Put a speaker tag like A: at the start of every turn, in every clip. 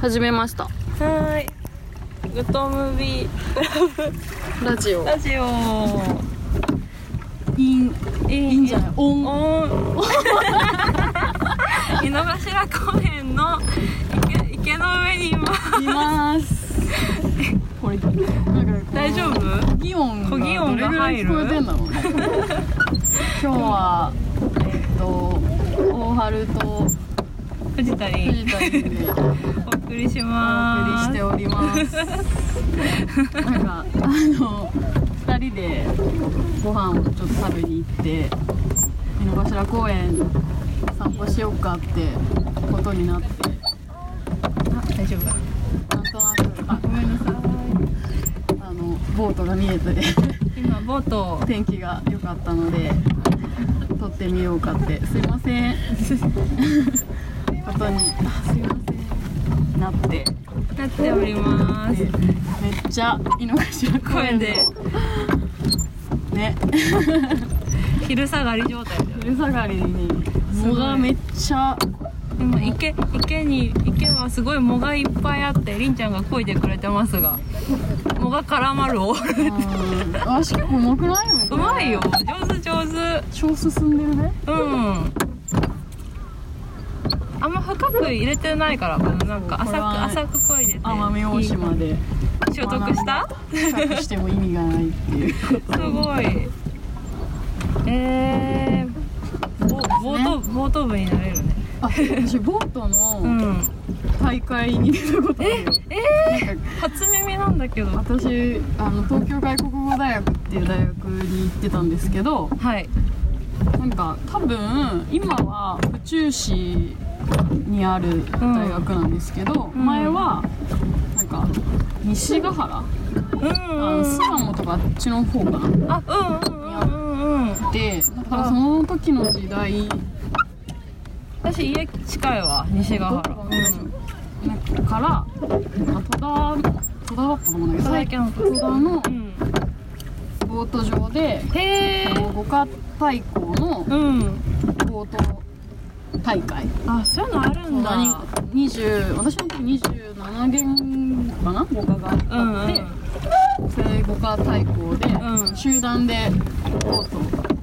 A: 始めました
B: はーい。グッドムービー
A: ラジオ
B: ラジオ。
A: いいいいんじゃないオン
B: おん。 井の頭公園の池池の上にいます。
A: いますこれなんか
B: 大丈夫？
A: 夫ギオンが
B: 小擬音が入る
A: どれぐらい聞こえてん だろうね今日はえっと大春と
B: 藤田に
A: 藤田に
B: お送りし
A: お送り
B: ま
A: して
B: す。
A: おりますなんかあの2人でご飯をちょっと食べに行って井の頭公園散歩しようかってことになって
B: あ大丈夫か。
A: なんとなく
B: あ
A: あ
B: ごめんなさい。
A: あのボートが見えて
B: 今ボートを
A: 天気が良かったので撮ってみようかってすいませんことにあすいませんなって。
B: 立っております
A: め。っちゃ井の頭公園でね
B: 昼下がり状態だよ。
A: 昼下がりに藻がめっちゃ
B: でも池池に池はすごい藻がいっぱいあってりんちゃんが漕いでくれてますが藻が絡まるオール
A: うん足結構重くないよね
B: うまいよ上手上手
A: 超進んでるね
B: うんあんま深く入れてないからこのなんか
A: これは
B: 浅く浅く漕いでて
A: 奄美大島 で
B: 所得した
A: 深くしても意味がないっていう
B: すごいえー、ボボートボート部になれるね
A: あ私ボート
B: う
A: の
B: ん
A: 大会に出たことあるよ
B: え
A: なんか
B: ー、初耳なんだけどは
A: 私あの東京外国語大学っていう大学に行ってたんですけど
B: い
A: なんか多分今は府中市にある大学なんですけど、
B: ん
A: 前はなんか西ヶ原、
B: うん
A: あ
B: う
A: の
B: ん
A: 巣鴨とかあっちの方かな
B: あうんうんうんうんうん
A: でだからその時の時代
B: 私家近いわ西ヶ原
A: どっかなんかから、あ、戸田戸田だったと思うんだけど
B: 最近の
A: 戸田の
B: うん
A: ボート場で
B: へ
A: あの
B: え
A: 五花太鼓の
B: うん
A: ボート大会
B: あそういうのあるんだ
A: 何20私の時27弦かな五花があって、
B: うんうん
A: 聖五花対抗で、
B: うん
A: 集団でボート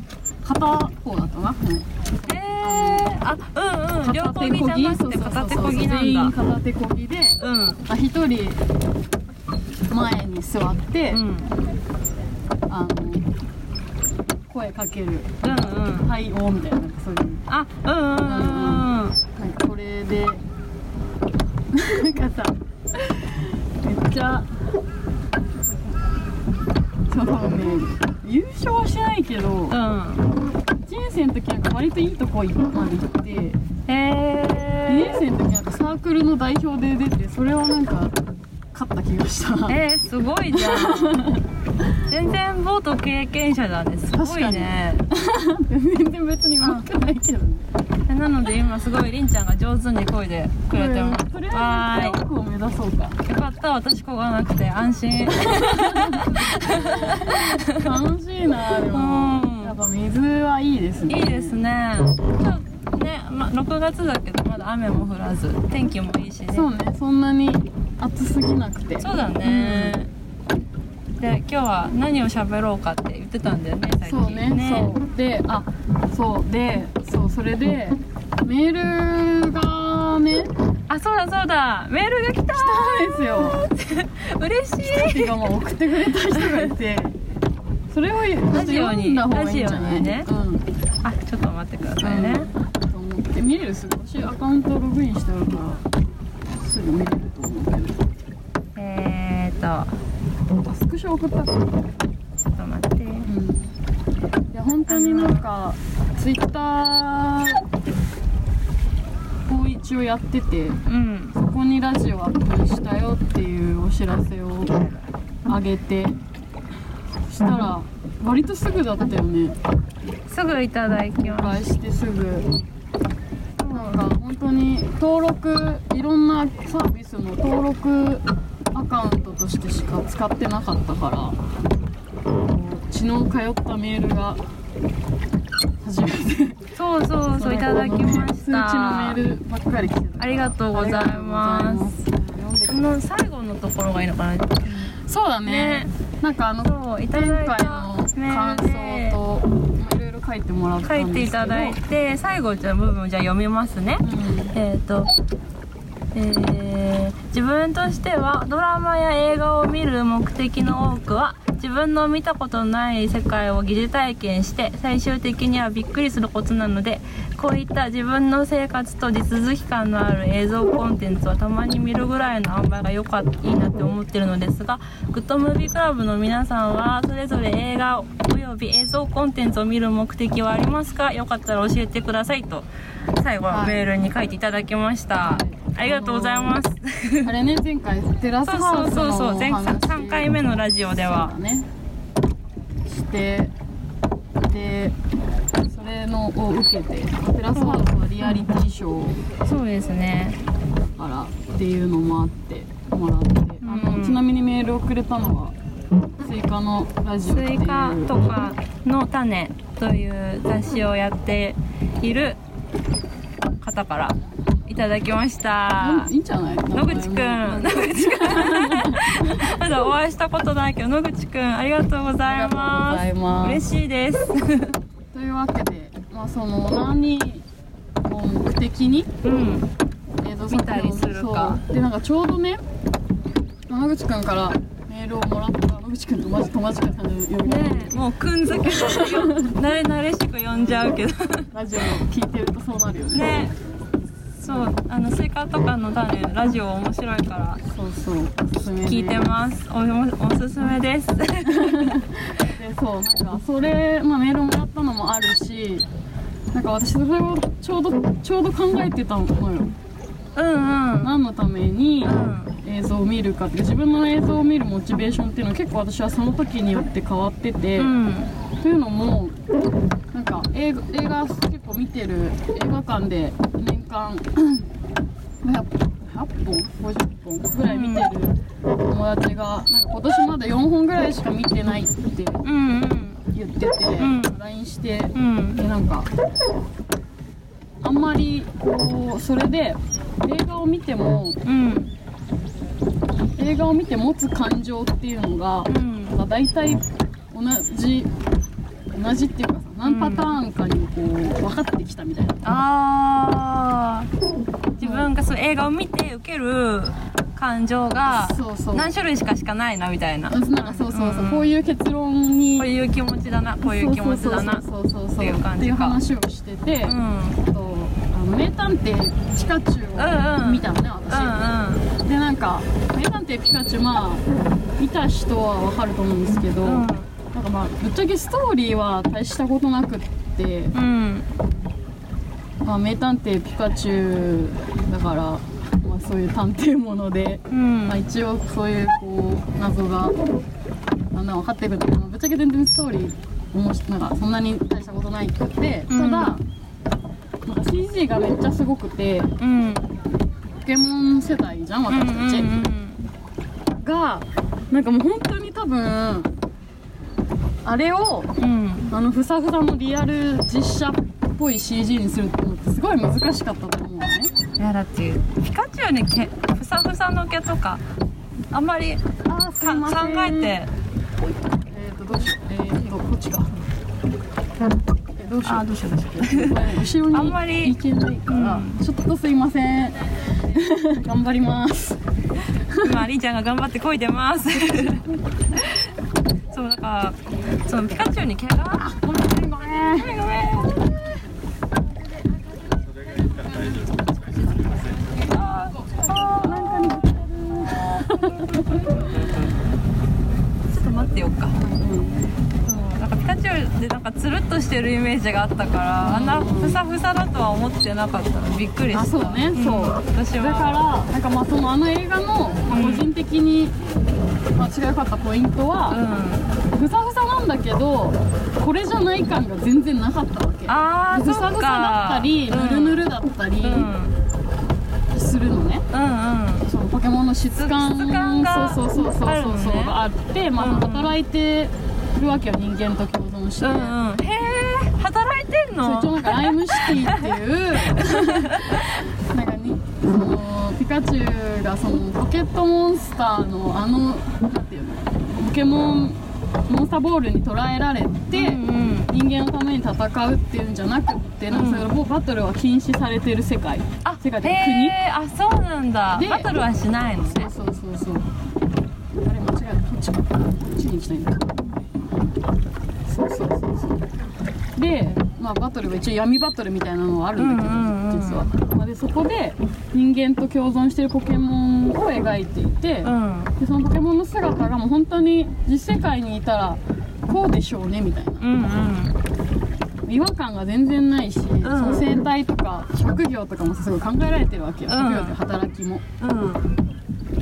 A: 片方だったかな、
B: へえあうんうん両方ぎじゃなくて片手こぎな
A: 全員
B: んだ
A: 片手こぎで
B: うん
A: あ一人前に座って、
B: うんうん
A: あの声かける「
B: うん
A: はいお」みたいななんかそういう
B: あうんうんうんうん
A: なんかこれでなんかさめっちゃそうね優勝はしてないけど、
B: うん
A: 1年生の時なんか割といいとこまで行って2
B: へ
A: 年
B: え
A: 生の時なんかサークルの代表で出てそれはなんか勝った気がした
B: えー、すごいじゃん 全然ボート経験者だねすごいね
A: 全然別にうまくないけどね
B: なので今すごいりんちゃんが上手に漕いでくれてます
A: とり
B: わ
A: あえず
B: ーい
A: トップを目指そうか
B: よかった私こがなくて安心
A: 楽しいなで
B: う
A: も
B: ん
A: やっぱ水はいいですね
B: いいですね今日ね、ま、6月だけどまだ雨も降らず天気もいいしね
A: そうねそんなに暑すぎなくて
B: そうだね、で今日は何を喋ろうかって言ってたんだよね最近
A: そうねそうであそうでそうそれでメールがね来
B: あそうだそうだメールが来た
A: たんですよ
B: 嬉しい
A: てかまあ送ってくれた人がいてそれをちょっと読んだ方がいいんじゃない
B: ラジあちょっと待ってくだ
A: うん
B: さいね、
A: うんと思って見れるすぐ私アカウントログインしてあるからすぐ見れると思うけど
B: えーと
A: あスクショ送ったからうん
B: ちょっと待って
A: いや本当になんかツイッターを一応やってて
B: うん
A: そこにラジオアップしたよっていうお知らせをあげてそしたら割とすぐだったよね
B: すぐいただきま
A: 開
B: し
A: 始してすぐなんか本当に登録いろんなサービスの登録アカウントとしてしか使ってなかったから血の通ったメールが初めて
B: たそうそうそういただきました
A: 通知のメールばっかり来てたから
B: ありがとうございます
A: ありがとうございます
B: あの最後のところがいいのかな
A: そうだね
B: ね
A: なんかあの
B: そういただ
A: 前
B: い
A: 回
B: た
A: の
B: メ
A: 感
B: ールで
A: 想とまあいろいろ書いてもらった
B: 書
A: んですけど
B: いていただいて最後じゃあ部分をじゃあ読みますね、
A: うん
B: えーとえー自分としてはドラマや映画を見る目的の多くは自分の見たことのない世界を疑似体験して最終的にはびっくりすることなのでこういった自分の生活と地続き感のある映像コンテンツをたまに見るぐらいの塩梅が良かったいいなって思ってるのですがグッドムービークラブの皆さんはそれぞれ映画および映像コンテンツを見る目的はありますかよかったら教えてくださいと最後はメールに書いていただきました、ありがとうございます
A: あれね前回テラス
B: そう
A: ハ
B: そ
A: ウ
B: う
A: ス
B: そ
A: の
B: う
A: お
B: そ
A: 話
B: う前3回目のラジオでは
A: ねしてでそれのを受けてテラスハウスのリアリティショー
B: そうですね
A: からっていうのもあってもらって、あ
B: うん
A: のちなみにメールをくれたのはスイカのラジオっ
B: ス
A: てい
B: イ
A: う
B: カとかの種という雑誌をやっている方からいただきました
A: いいんじゃない
B: 野口くん野口くんまだお会いしたことないけど野口くんありがとうございま
A: ありがとうございますす
B: 嬉しいです
A: というわけで、まあ、その何を目的に
B: うん
A: 映像作品を
B: 見たりするか
A: そうでなんかちょうどね野口くんからメールをもらった野口くんとマジ友達から呼び
B: ねえもうくんづけだよ慣れ慣れしく呼んじゃうけど
A: ラジオを聞いてるとそうなるよね
B: ねそうあのスイカとかの種ラジオ面白いから
A: そうそうおすすめ
B: 聞いて
A: す
B: ますおおすすめです
A: でそうなんかそれ、まあ、メールをもらったのもあるしなんか私それをちょうどちょうど考えてたのよ
B: うんうん
A: 何のために
B: うん
A: 映像を見るかっていう自分の映像を見るモチベーションっていうのは結構私はその時によって変わってて、
B: うん
A: というのもなんか映画映画結構見てる映画館で年間 500, 100本50本ぐらい見てる友達がなんか今年まだ4本ぐらいしか見てないって
B: うん
A: 言ってて、
B: ん
A: LINE して
B: うんうん
A: でなんかあんまりこうそれで映画を見ても
B: うん
A: 映画を見て持つ感情っていうのが
B: うん
A: まあ、大体同じ同じっていうかさ何パターンかにこう分かってきたみたいな、
B: あー自分がそう映画を見て受ける感情が
A: そうそう
B: 何種類しかしかないなみたいな
A: なんかそうそうそう、
B: うん
A: こういう結論に
B: こういう気持ちだなこういう気持ちだな
A: そうそうそうそう
B: っていう感じか
A: っていう話をしてて、
B: うんう
A: あ
B: ん
A: とあの名探偵ピカチ
B: うん
A: ュウ
B: う
A: を
B: ん
A: 見たのね私、でなんか名探偵ピカチュウまあ見た人は分かると思うんですけど、
B: うん
A: なんかまあぶっちゃけストーリーは大したことなくって
B: うん
A: まあ、名探偵ピカチュウだから、まあ、そういう探偵もので、
B: うん
A: まあ、一応そういうこう謎がだんだん分かってくるんだけどまあぶっちゃけ全然ストーリー面白いなんかそんなに大したことないくて、
B: うん
A: ただなんか CG がめっちゃすごくてポ
B: うん
A: ケモン世代じゃん
B: うんうん
A: 私たち、がなんかもう本当に多分あれを
B: うん
A: あのふさふさのリアル実写っぽい CG にするのってすごい難しかったと思うのね
B: うんいやだってピカチュウに毛ふさふさの毛とかあんまり
A: あーすい
B: か
A: ま
B: 考
A: せんえ
B: えて
A: っ、とどうしえっ、とこっちかえどうしよう
B: どうしようどうしよ
A: これ後ろに
B: あんまり
A: 行けないから、
B: うん
A: ちょっとすいません頑張ります
B: う今りんちゃんが頑張ってこいでます そうだからそのピカチュウに毛が
A: ごめんごめん
B: ごめんごめんあーあーちょっと待ってよっかそうなんかピカチュウでなんかつるっとしてるイメージがあったからあんなふさふさだとは思ってなかったのびっくりした
A: あそうね
B: ん
A: そう
B: 私
A: だ
B: は
A: からなんかまあそのあの映画の、まあ
B: うん
A: 個人的に間違いかったポイントは、
B: うん
A: ふさふさなんだけどこれじゃない感が全然なかったわけ
B: あー
A: ふさ
B: そ
A: ふ
B: っ
A: さ
B: か
A: だったり、ぬるぬるだったり
B: うんうん
A: するのね、
B: うん
A: そのポケモンの質感
B: 質感が
A: そうそうそうそう
B: ある
A: そ
B: の
A: う
B: ね
A: そうがあって、ま
B: うん
A: あ、働いてるわけよ人間と共存して、
B: うんうんへえ働いてん
A: それ
B: の
A: となんかライムシティっていうなんかにそのピカチュウがそのポケットモンスターのあのなんていうのポケモンモンスターボールに捕らえられて、
B: うん
A: 人間のために戦うっていうんじゃなくってなんかそれもうバトルは禁止されてる世界
B: あ
A: 世界というか国
B: へーあそうなんだ
A: で
B: バトルはしないのね
A: そうそうそうそう。あれ間違えた。こっちか。こっちに行きたいんだ。そうそうそうそう。で、まあバトルは一応闇バトルみたいなのはあるんだけど、
B: うんうんうん
A: 実は。まあでそこで人間と共存しているポケモンを描いていて、
B: うん
A: でそのポケモンの姿がもう本当に実世界にいたらこうでしょうねみたいな。
B: うんうん
A: 違和感が全然ないし、その生態とか職業とかもすごい考えられてるわけよ。
B: うん
A: 職業って働きも。
B: うん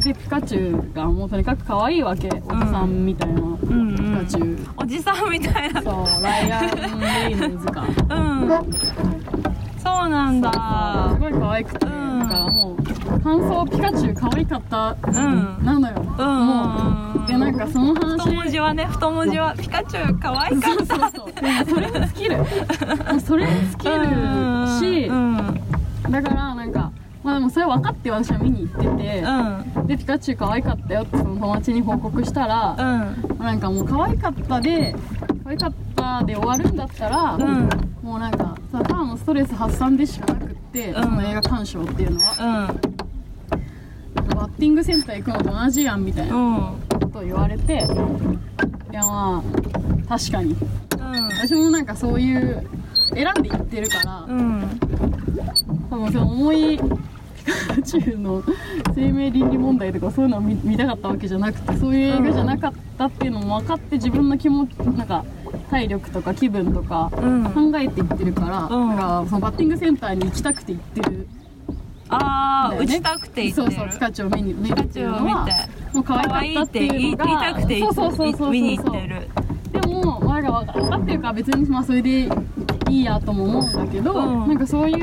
A: でピカチュウがもうとにかく可愛いわけおじさんみたいな、
B: うんう
A: ピカ
B: ん
A: チュウ
B: おじさんみたいな
A: そうライアン・レイノルズか
B: うんそうなん
A: あすご
B: だ
A: い可愛くて、
B: うん
A: だからもう感想ピカチュウ可愛かった、
B: ん
A: なのよ、
B: うん
A: もうでなんかその話
B: 太文字はね太文字はピカチュウ可愛いか
A: そうそうそうでもそれに尽きるそれに尽きるし、
B: うん
A: だからなんかまあでもそれ分かって私は見に行ってて
B: う、ん
A: でピカチュウ可愛かったよってその友達に報告したら、
B: うん
A: なんかもう可愛かったで可愛かったで終わるんだったら、
B: うん
A: もうなんかさただのストレス発散でしかなくって、
B: うん
A: その映画鑑賞っていうのは
B: うん
A: バッティングセンター行くのと同じやんみたいな
B: うん
A: ことを言われて、いやまあ確かに
B: うん
A: 私もなんかそういう選んで行ってるから、
B: うん
A: 多分その重いピカチュウの生命倫理問題とかそういうのを見見たかったわけじゃなくてそういう映画じゃなかったっていうのも分かって自分の気持ちなんか体力とか気分とか
B: うん
A: 考えていってるから、
B: うん
A: だからそのバッティングセンターに行きたくて行ってる
B: あ
A: だ
B: あ
A: よ
B: 打
A: ね
B: ちたくて言っ
A: そ
B: てる
A: うそうピカチュウを見に見る
B: ピカ
A: って
B: チ
A: いう
B: ュウを
A: の
B: 見
A: は
B: て
A: もう可愛
B: 可
A: か
B: 愛
A: っ
B: い
A: た
B: っ
A: って
B: て
A: いう
B: 言い
A: のが
B: 言いたくて
A: そうそうそうそう
B: 見に行ってる
A: でも我が分かってるから別にまあそれでいいやとも思うんだけど、
B: うん
A: なんかそういう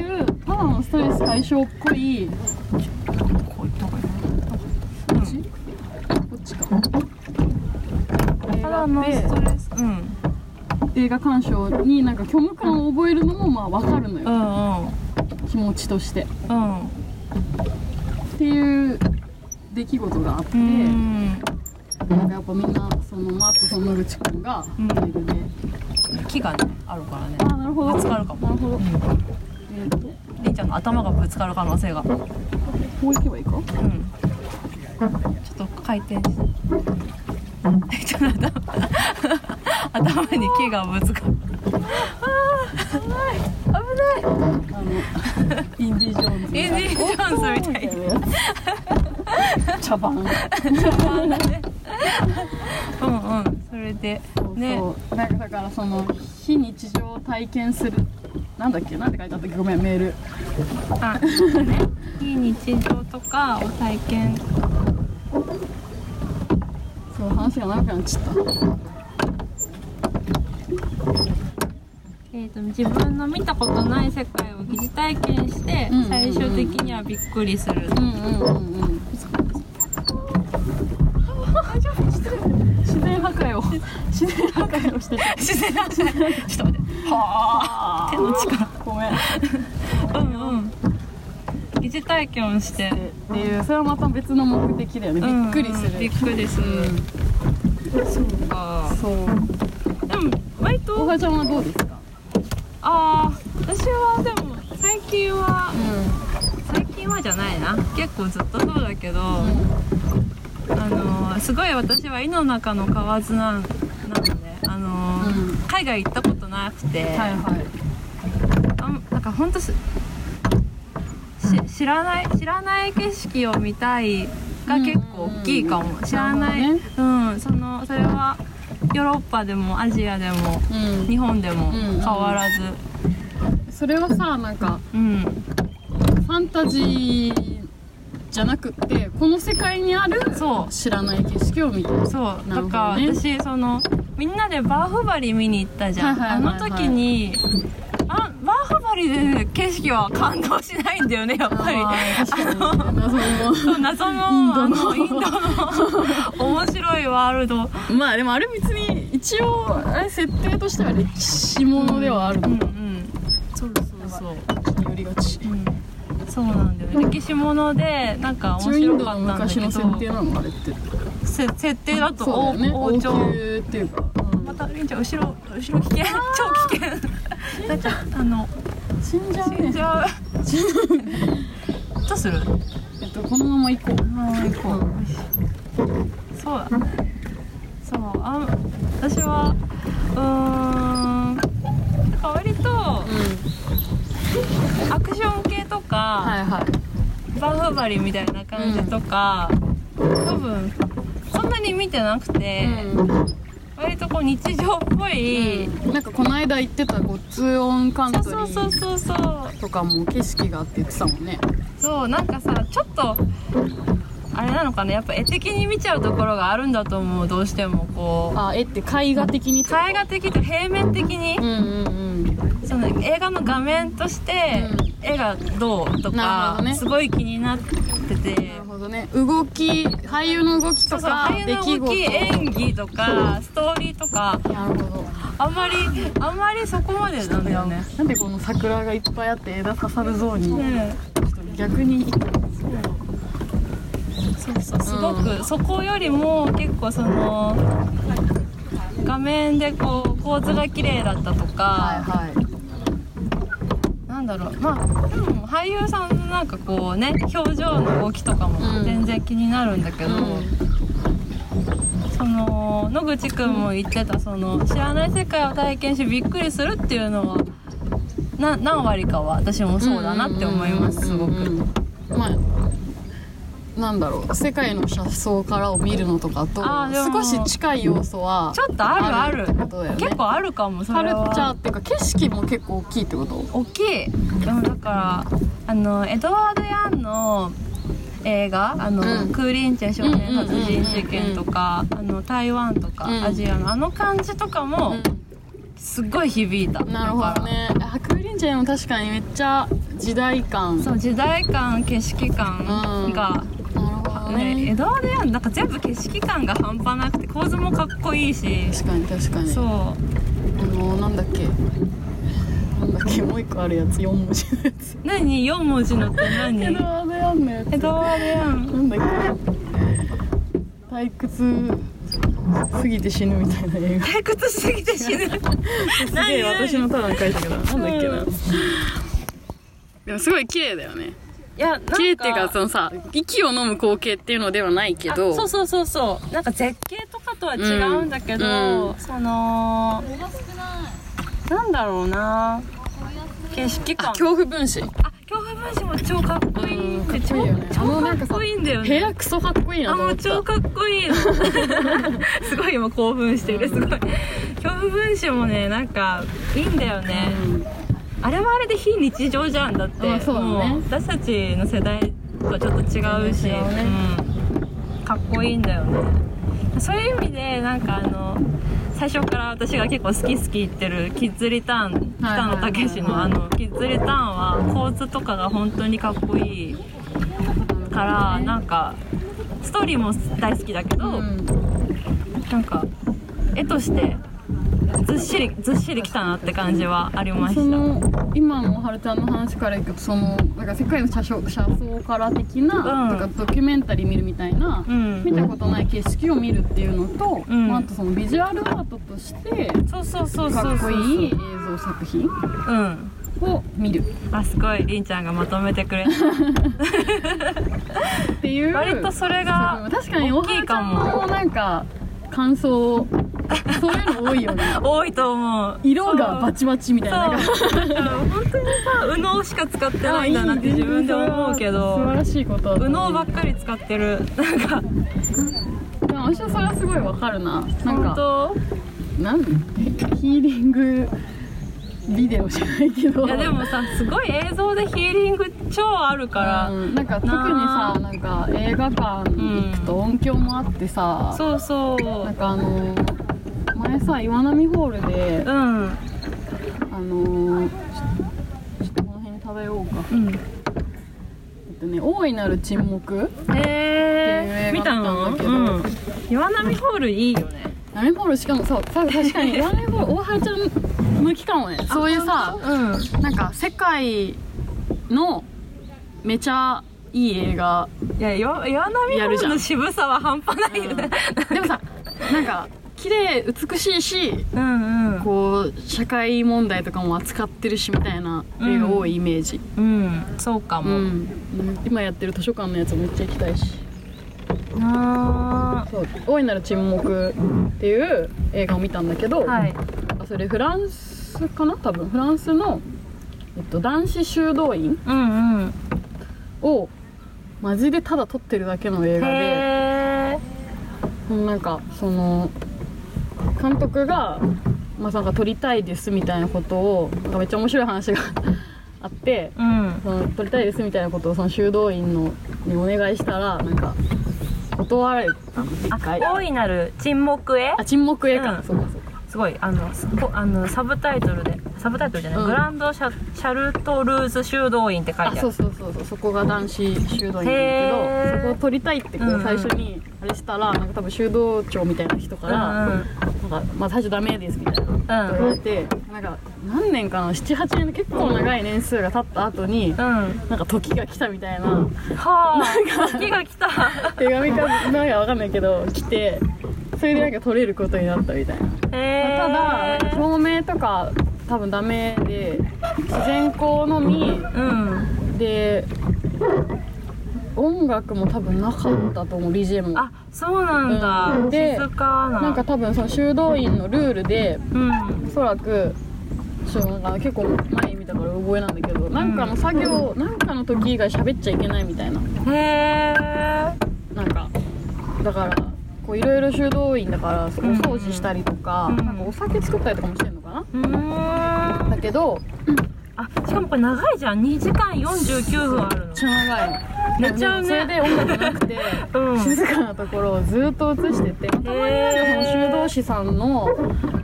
A: ただのストレス解消っぽい
B: こういった方がいい
A: こっちこっちか映
B: た
A: 画
B: だの
A: っ
B: ス
A: て
B: トレスうん
A: 映画鑑賞になんか虚無感を覚えるのもまあ分かるの
B: う
A: よ、
B: んうん
A: 気持ちとして
B: うん
A: っていう出来事があって、
B: うん
A: なんかやっぱみんなそのマットその野口くんが
B: うん
A: メールで、
B: 木がねあるからね
A: ああなるほど
B: ぶつかるかも
A: なるほど、
B: うん
A: えっと
B: りんちゃんの頭がぶつかる可能性がうんちょ
A: こう行けばいいか
B: っと回転してりんちゃんの頭頭に木がぶつかる
A: あのインディ・ジョーンズみ
B: イ
A: たいな
B: ンディ・ジョーンズみたいに
A: 茶番
B: うんうんそれで
A: そう
B: ね
A: そうなんかだからその非日常を体験するなんだっけなんて書いてあったっけごめんメール
B: あね非日常とかを体験
A: そう話が長くなっちゃった
B: えー、と自分の見たことない世界を疑似体験して
A: うんうんうん
B: 最終的にはびっくりする、
A: うんうんうん うん自然破壊を自然破壊をしてた
B: 自然なちょっと待ってはあ手の力
A: ごめんっ
B: うんうん疑似体験をして
A: ていうそれはまた別の目的だよねびっくりす
B: うんうんびっ
A: る
B: くりする、そうか
A: そう
B: でも
A: 大
B: 割と
A: 葉ちゃんはどうですか
B: ああ私はでも最近は最近はじゃないな結構ずっとそうだけど、あのーすごい私は井の中の蛙なんなので、あのー
A: うん
B: 海外行ったことなくて、
A: はいはい
B: あんなんかほんとすし知らない知らない景色を見たいが結構大きいかも、
A: うん
B: 知らない、
A: なる
B: うんそのそれはヨーロッパでもアジアでも
A: うん
B: 日本でも
A: うん
B: 変わらず
A: それはさなんか
B: うん、
A: ファンタジーじゃなくってこの世界にある
B: そう
A: 知らない景色を見てる
B: そう
A: な
B: だ
A: るほどね
B: から私そのみんなでバーフバリ見に行ったじゃん、
A: はいはいはいはい
B: あの時にあバーフバリでね景色は感動しないんだよねやっぱり
A: あー確かに謎
B: そう謎の
A: インドの
B: あのインドの面白いワールド
A: のまあでもあれ別に一応あれ設定としては歴史ものではある
B: うんう
A: の
B: んそうそうそう
A: 寄りがち
B: うんそうなんだよね歴史ものでなんか
A: 中イ
B: 面
A: ン
B: 白
A: ド
B: か
A: の
B: ったんだけ
A: 昔
B: ど
A: の設定なのあれって
B: せ設定だと
A: そう
B: 王,、
A: だよね
B: 王朝
A: 王宮っていうか、うん
B: またりんちゃん後ろ後ろ危険超危険なんかあの
A: 死んじゃう
B: 死ん
A: ね
B: じゃうどうする
A: えっとこのまま行こう
B: あ行こうそうだねそうあ私はうーんなんか割と
A: うん
B: アクション系とか、
A: はいはい
B: バフバリみたいな感じとか、多分そんなに見てなくて、
A: うん
B: 割とこう日常っぽい、
A: なんかこの間行ってたごっつオンカントリ
B: そうそう
A: ー
B: そうそうそう
A: とかも景色があって言ってたもんね
B: そうなんかさちょっとあれなのかなやっぱ絵的に見ちゃうところがあるんだと思うどうしてもこ
A: あ絵って絵画的に
B: う絵画的と平面的に
A: うんうんうん
B: その映画の画面として絵がどうと
A: なるほ
B: か
A: どね
B: すごい気になってて
A: なるほどね動き俳優の動き
B: そ
A: と
B: うそう
A: か
B: 俳優の動き演技とかストーリーとか
A: なるほど
B: あんまりあんまりそこまでなんだよね。
A: なんでこの桜がいっぱいあって枝刺さるゾーンに、
B: うん
A: ちょっと逆に
B: そうそうすごく、そこよりも結構その画面でこう構図が綺麗だったとか、
A: はいはい
B: なんだろうまあでも俳優さんのなんかこうね表情の動きとか
A: う
B: も
A: ん
B: 全然気になるんだけど、その野口くんも言ってたその知らない世界を体験しびっくりするっていうのはな何割かは私もそうだなって思いますすごく。
A: くまあなんだろう世界の車窓からを見るのとかと
B: あーでも
A: 少し近い要素は
B: ちょっとあるある
A: ってことだよね
B: 結構あるかもそ
A: カ
B: れ
A: ルチ
B: は
A: ャーっていうか景色も結構大きいってこと
B: 大きいでもだからあのエドワード・ヤンの映画あの、
A: うん
B: クーリンチェ少年殺人事件とか、あの台湾とか、
A: うん
B: アジアのあの感じとかも、すっごい響いた
A: なるほどねあクーリンジェも確かにめっちゃ時代感
B: そう時代感景色感が、
A: なるほど
B: ね
A: ね
B: エドワード・ヤンなんか全部景色感が半端なくて構図もかっこいいし
A: 確かに確かに
B: そう
A: あのなんだっけなんだっけもう一個あるやつ4文字のやつ
B: 何4文字のって何
A: エドワード・ヤンのやつ
B: エドワード・ヤン
A: なんだっけ退屈すぎて死ぬみたいな映画
B: 退屈しすぎて死ぬ
A: すげえ私のターン書いたけどなんだっけな、
B: うん
A: でもすごい綺麗だよね
B: いやなんか
A: 綺麗っていうかそのさ息を飲む光景っていうのではないけど
B: あそうそうそうそうなんか絶景とかとは違うんだけど、
A: うんうん
B: そのなんだろうな景色感
A: あ恐怖分子
B: あ恐怖分子も超かっこいいっ
A: う
B: て、
A: んかっ
B: 超
A: こいいよねあの
B: 超
A: なん
B: か
A: か
B: っ
A: さ
B: こいいんだよ
A: 部
B: ね
A: 屋クソかっこいいな
B: あ
A: と思っ
B: もう
A: た
B: 超かっこ いいのすごい今興奮してるすごい恐怖分子もねなんかいいんだよね、
A: うん
B: あれはあれで非日常じゃんだって
A: あそうだね
B: もう私たちの世代とはちょっと違うし
A: 違うね
B: うん、かっこいいんだよねそういう意味でなんかあの最初から私が結構好き好き言ってるキッズリターン
A: はい
B: 北野武のあのキッズリターンは構図とかが本当にかっこいいからなんかストーリーも大好きだけど、
A: うん
B: なんか絵としてずっしりずっしりきたなって感じはありました
A: その今のはるちゃんの話からいくとそのなんか世界の車掌車窓から的な、
B: う
A: と
B: ん
A: かドキュメンタリー見るみたいな、
B: うん
A: 見たことない景色を見るっていうのと、
B: うん
A: まあ、あとそのビジュアルアートとして
B: そうそうそうそう
A: かっこいい映
B: うん
A: 像作品
B: あ
A: を見る
B: すごいりんちゃんがまとめてくれた
A: っていう
B: 割とそれ
A: う
B: が
A: ん確かに
B: 大
A: 大
B: き
A: き
B: い
A: い
B: か
A: か
B: も
A: もなんか感想そういうの多いよ ね
B: 多いと思う
A: 色がバ
B: チ
A: チバチみたいななんか
B: そうだから本当にさ右脳しか使ってないんだなって自分で思うけど
A: 素晴らしいことだと
B: 右
A: 思
B: 脳
A: う
B: ばっかり使ってるなんか
A: でも私はそれはすごいわかるななん
B: 本
A: か
B: 当
A: なんヒーリングビデオじゃないけど
B: いやでもさすごい映像でヒーリング超あるから、
A: うんなんか特にさなんか映画館行くと音響もあってさ、
B: そうそう
A: なんかあの前さ岩波ホールで、
B: うん
A: あのー、ちょちょっとこの辺に漂うか
B: うん
A: えっとね「大いなる沈黙」
B: へえ見たの
A: っていう映画だった
B: う
A: んだ
B: ん岩波ホールいいよね
A: ラーメンホールしかもそうさ確か にラーメンホール大原ちゃん向きかもねそういうさ
B: うん
A: なんか世界のめちゃいい映画
B: いや岩岩波
A: やるじゃん
B: ホールの渋さは半端ないよね、
A: でもさなんか綺麗美しいし
B: うん、うんうん
A: こう社会問題とかも扱ってるしみたいな映画多いイメージ、
B: そうか
A: う
B: も、
A: ん今やってる図書館のやつめっちゃ行きたいし
B: あ
A: そう「大いなる沈黙」っていう映画を見たんだけど、
B: ーはい
A: あそれフランスかな多分フランスの、えっと、男子修道院
B: うんうん
A: をマジでただ撮ってるだけの映画で。
B: へえ
A: なんかその監督が、まあ、なんか撮りたいですみたいなことをなんかめっちゃ面白い話が あって
B: うん
A: その撮りたいですみたいなことをその修道院のにお願いしたらなんか断られたんです一
B: あ
A: 回
B: 大いなる沈黙へ
A: あ沈黙絵か、
B: うん
A: そうかそうか
B: すごいあのすこあのサブタイトルでサブタイトルじゃない、
A: うん
B: グランドシャシャルトルーズ修道院って書い
A: あ
B: てあ
A: そう
B: る
A: そうそうそうそこが男子修道院なんだ
B: へ
A: けど
B: ー
A: そこを撮りたいってこ
B: うんう
A: うん最初にあれしたら、なんか多分修道長みたいな人から、なんかまあ、最初ダメですみたいな
B: うん
A: 言われてなんか何年かな78年の結構長い年数が経った後に
B: うんうん
A: なんか時が来たみたいな
B: はあ時が来た
A: 手紙かなんかわかんないけど来てそれでなんか取れることになったみたいな、
B: へえ
A: ただ照明とか多分ダメで自然光のみ
B: うん
A: で音楽も多分なかったと思う BGM も
B: あそうなんだ、
A: うんで
B: 静かな
A: なんか多分その修道院のルールで
B: うん
A: おそらくちょっとなんか結構前に見たから覚えなんだけどなんかの作業、なんかの時以外喋っちゃいけないみたいな
B: へえ
A: なんかだからこういろいろ修道院だからお
B: ん
A: 掃除したりとか,、
B: うん
A: なんかお酒作ったりとかもしてんのかな、
B: うーん
A: だけど
B: あしかもこれ長いじゃん2時間49分ある
A: め
B: の
A: っちゃ長いの
B: めっちゃうね
A: それで音楽なくて、
B: うん
A: 静かなところをずっと映しててたまになんかその修道士さんの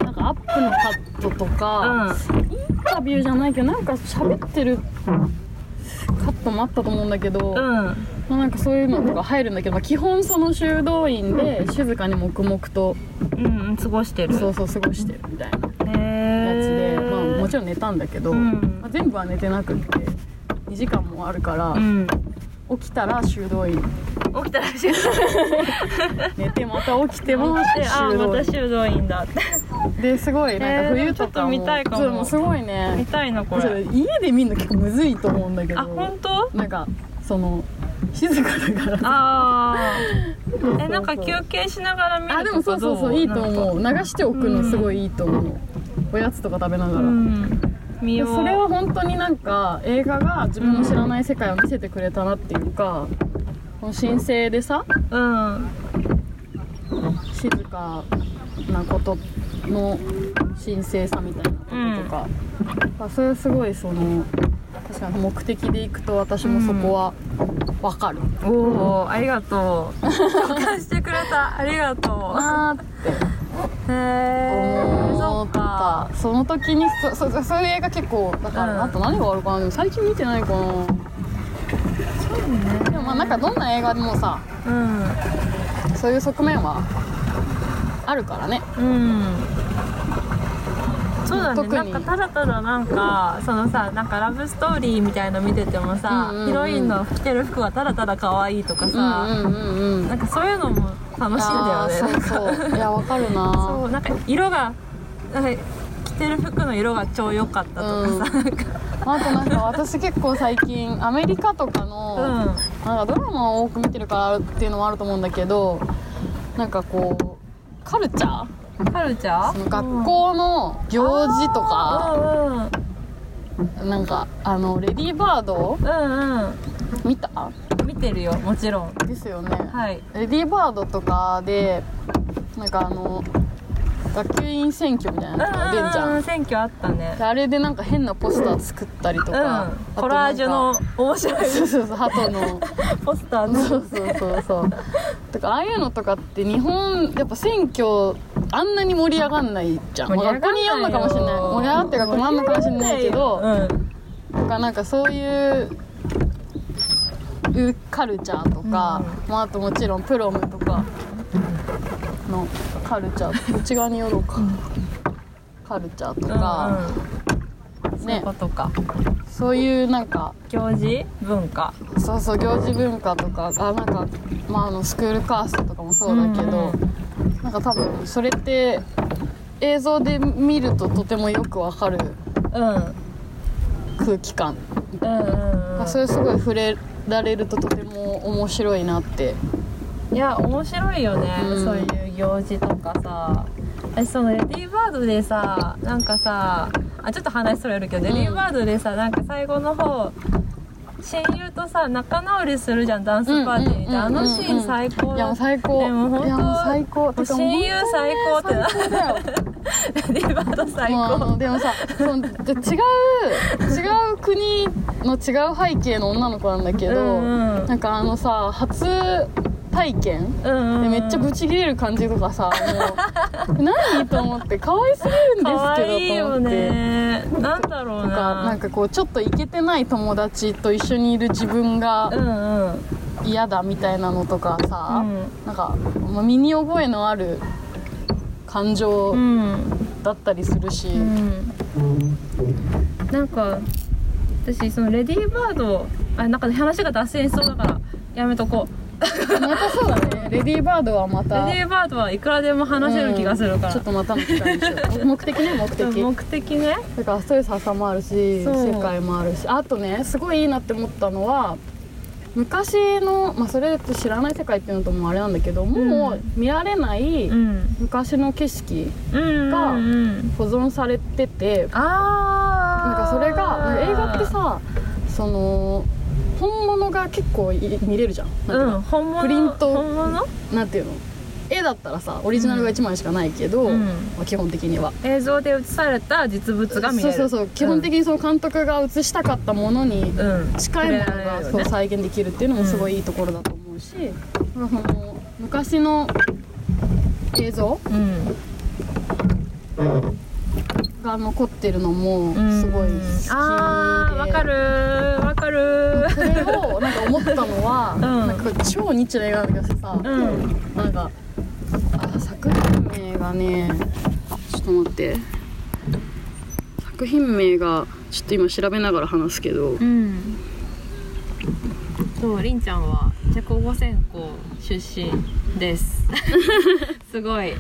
A: なんかアップのカットとか、
B: う
A: インタビューじゃないけどなんか喋ってるカットもあったと思うんだけど、ま
B: んうん
A: あなんかそういうのとか入るんだけど、まあ基本その修道院で静かに黙々と
B: うんうん過ごしてる
A: そうそう過ごしてるみたいなや
B: へえ
A: つで、まあ、もちろん寝たんだけど、
B: うん
A: まあ全部は寝てなくって2時間もあるから、
B: うん
A: 起きたら修道院
B: 起きたらしい
A: 寝てまた起きても
B: あ
A: 修道
B: また
A: 院
B: 修道院だって
A: ですごいなんか冬とかも、
B: えーでもちょっと見たいかも
A: そううすごい
B: 見
A: ね
B: たいなこ
A: そ
B: れ
A: れ家で見るの結構むずいと思うんだけど
B: あ本当
A: なんかその静かだから
B: ああえなんか
A: そう
B: 休憩しながら見る
A: あでもそうそうそういいと思う流しておくのすごいいいと思う、おやつとか食べなが
B: う
A: ら、
B: ん見よう
A: それは本当になんか映画が自分の知らない世界を見せてくれたなっていうかこの神聖でさ
B: うん
A: 静かなことの神聖さみたいなこととか、まあそれはすごいその確かに目的で行くと私もそこは分かる、
B: おおありがとう共感してくれたありが と
A: なーって
B: うへえ
A: 思
B: そ
A: っ
B: うか
A: たその時にそそそそういう映画結構だから、
B: うん
A: あと何があるかなでも最近見てないかなでもまあなんかどんな映画でもさ
B: うん
A: そういう側面はあるからね
B: うんそうだね
A: 特
B: な
A: に
B: んかただただなんかそのさなんかラブストーリーみたいの見ててもさ、
A: うんうんうん
B: ヒロインの着てる服はただただ可愛いとか
A: うん
B: さ、
A: うんうんうん
B: なんかそういうのも楽しいんだよ
A: あ
B: ね
A: ーそうそういやわかる
B: そ
A: な
B: うなんか色がなんか着てる服の色が超良かったとかさ、なんか
A: あとなんか私結構最近アメリカとかの、
B: うん
A: なんかドラマを多く見てるからっていうのもあると思うんだけどなんかこうカルチャー
B: カルチャ
A: そ
B: ー
A: の学校の行事とか、
B: うんうん
A: なんかあのレディーバード
B: うんうん
A: 見た
B: 見てるよもちろん
A: ですよね、
B: はい
A: レディーバードとかでなんかあの学級委員選挙みたいなのが出んじゃ
B: うんん選挙あったね
A: であれでなんか変なポスター作ったりと
B: う
A: か、
B: ん
A: あとなんか
B: コラージュの面白い
A: そうそうそう鳩の
B: ポスター
A: そ
B: の
A: うそうそうそうとかああいうのとかって日本やっぱ選挙あんなに盛り上がんないじゃん
B: 盛り上がんないよ
A: まあ学校によんのかもしれない盛り上がってるか困んのかもしれないけど、
B: うん
A: とかなんかそういううカルチャーとか、まあ、あともちろんプロムとかのカルチャーこっち側によろうか、カルチャーとか、
B: うんうんそうい
A: ね
B: うことか
A: そうそういうなんか
B: 行事文化
A: そうそう行事文化とかあなんか、まあ、あのスクールカーストとかもそうだけど、
B: うん
A: なんか多分それって映像で見るととてもよくわかる
B: うんうん
A: 空気感、
B: うんうん
A: それすごい触れられるととても面白いなって
B: いや面白いよね、
A: うん
B: そういう行事とかさ私そのレディーバードでさなんかさあちょっと話それるけど、レディーバードでさなんか最後の方親友とさ仲直りするじゃんダンスパーティ
A: うん
B: ーで、
A: うんうんうん
B: あのシーン最高
A: いやもう最高
B: でも本当
A: いやもう最高てか
B: 親友最高ってな
A: 本当にね最高だよ
B: レディーバード最
A: もうあ
B: 高
A: のでもさそう違う違う国の違う背景の女の子なんだけど、
B: うんうん
A: なんかあのさ初体験
B: うんうんう
A: で
B: ん
A: めっちゃブチ切れる感じとかさもう何と思って可愛すぎるんですけ
B: 可
A: ど
B: 愛い
A: と
B: よ
A: 思って。
B: ねなんだろうな
A: とかなんかこうちょっとイケてない友達と一緒にいる自分
B: う
A: が
B: んうん
A: 嫌だみたいなのとかさ、
B: うん
A: なんかまあ身に覚えのある感情
B: うん
A: だったりするし、
B: うんなんか私そのレディーバードあなんか話が脱線しそうだからやめとこ
A: またそうだねレディーバードはま
B: う
A: た
B: レディーバードはいくらでも話せる気がするから、
A: うんちょっとまたの機会にしよう目的ね目的
B: 目的ね
A: だからストレス朝もあるし
B: そう
A: 世界もあるしあとねすごいいいなって思ったのは昔の、まあ、それって知らない世界っていうのともあれなんだけど、もう見られない
B: うん
A: 昔の景色
B: うんうんうん
A: 保存されてて
B: あ
A: なんかそ
B: あ
A: れが映画ってさその本物が結構い見れるじゃんなんていう
B: う
A: の
B: ん本物
A: プリント
B: 本物
A: なんていうの絵だったらさオリジナルが1枚しかないけど、
B: うん
A: まあ基本的には
B: 映像で映された実物が見え
A: そう
B: る
A: そうそう基本的にその監督が映したかったものに
B: うん
A: 近いもの
B: 触れら
A: が
B: れるよ
A: そ
B: ね
A: う再現できるっていうのもすごいいいところだと思うし、なんかその昔の映像
B: うん
A: が残ってるのもすごい好きで、
B: ああわかるわかる
A: それをなんか思ったのは、
B: ん
A: なんか超ニッチな映画なんだけどさ、
B: うん
A: なんかあ作品名がねちょっと待って作品名がちょっと今調べながら話すけど
B: うんそうりんちゃんはチェコ語専攻出身です すごい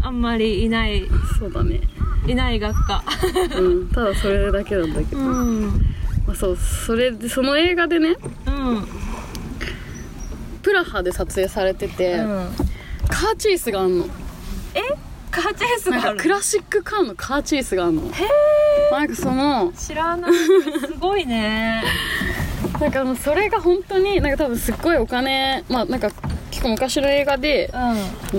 B: あんまりいない
A: そうだね、
B: いない学科
A: うん、ただそれだけなんだけど、ま
B: んうん
A: あ、そうそれでその映画でねプラハで撮影されてて、カーチェイスがあんの
B: えカーチェイス
A: なん
B: があ
A: か
B: る
A: クラシックカーのカーチェイスがあんの
B: へ
A: なんかその
B: ー知らないすごいね
A: なんかあのそれが本当になんか多分すっごいお金まあなんか結構昔の映画で
B: うん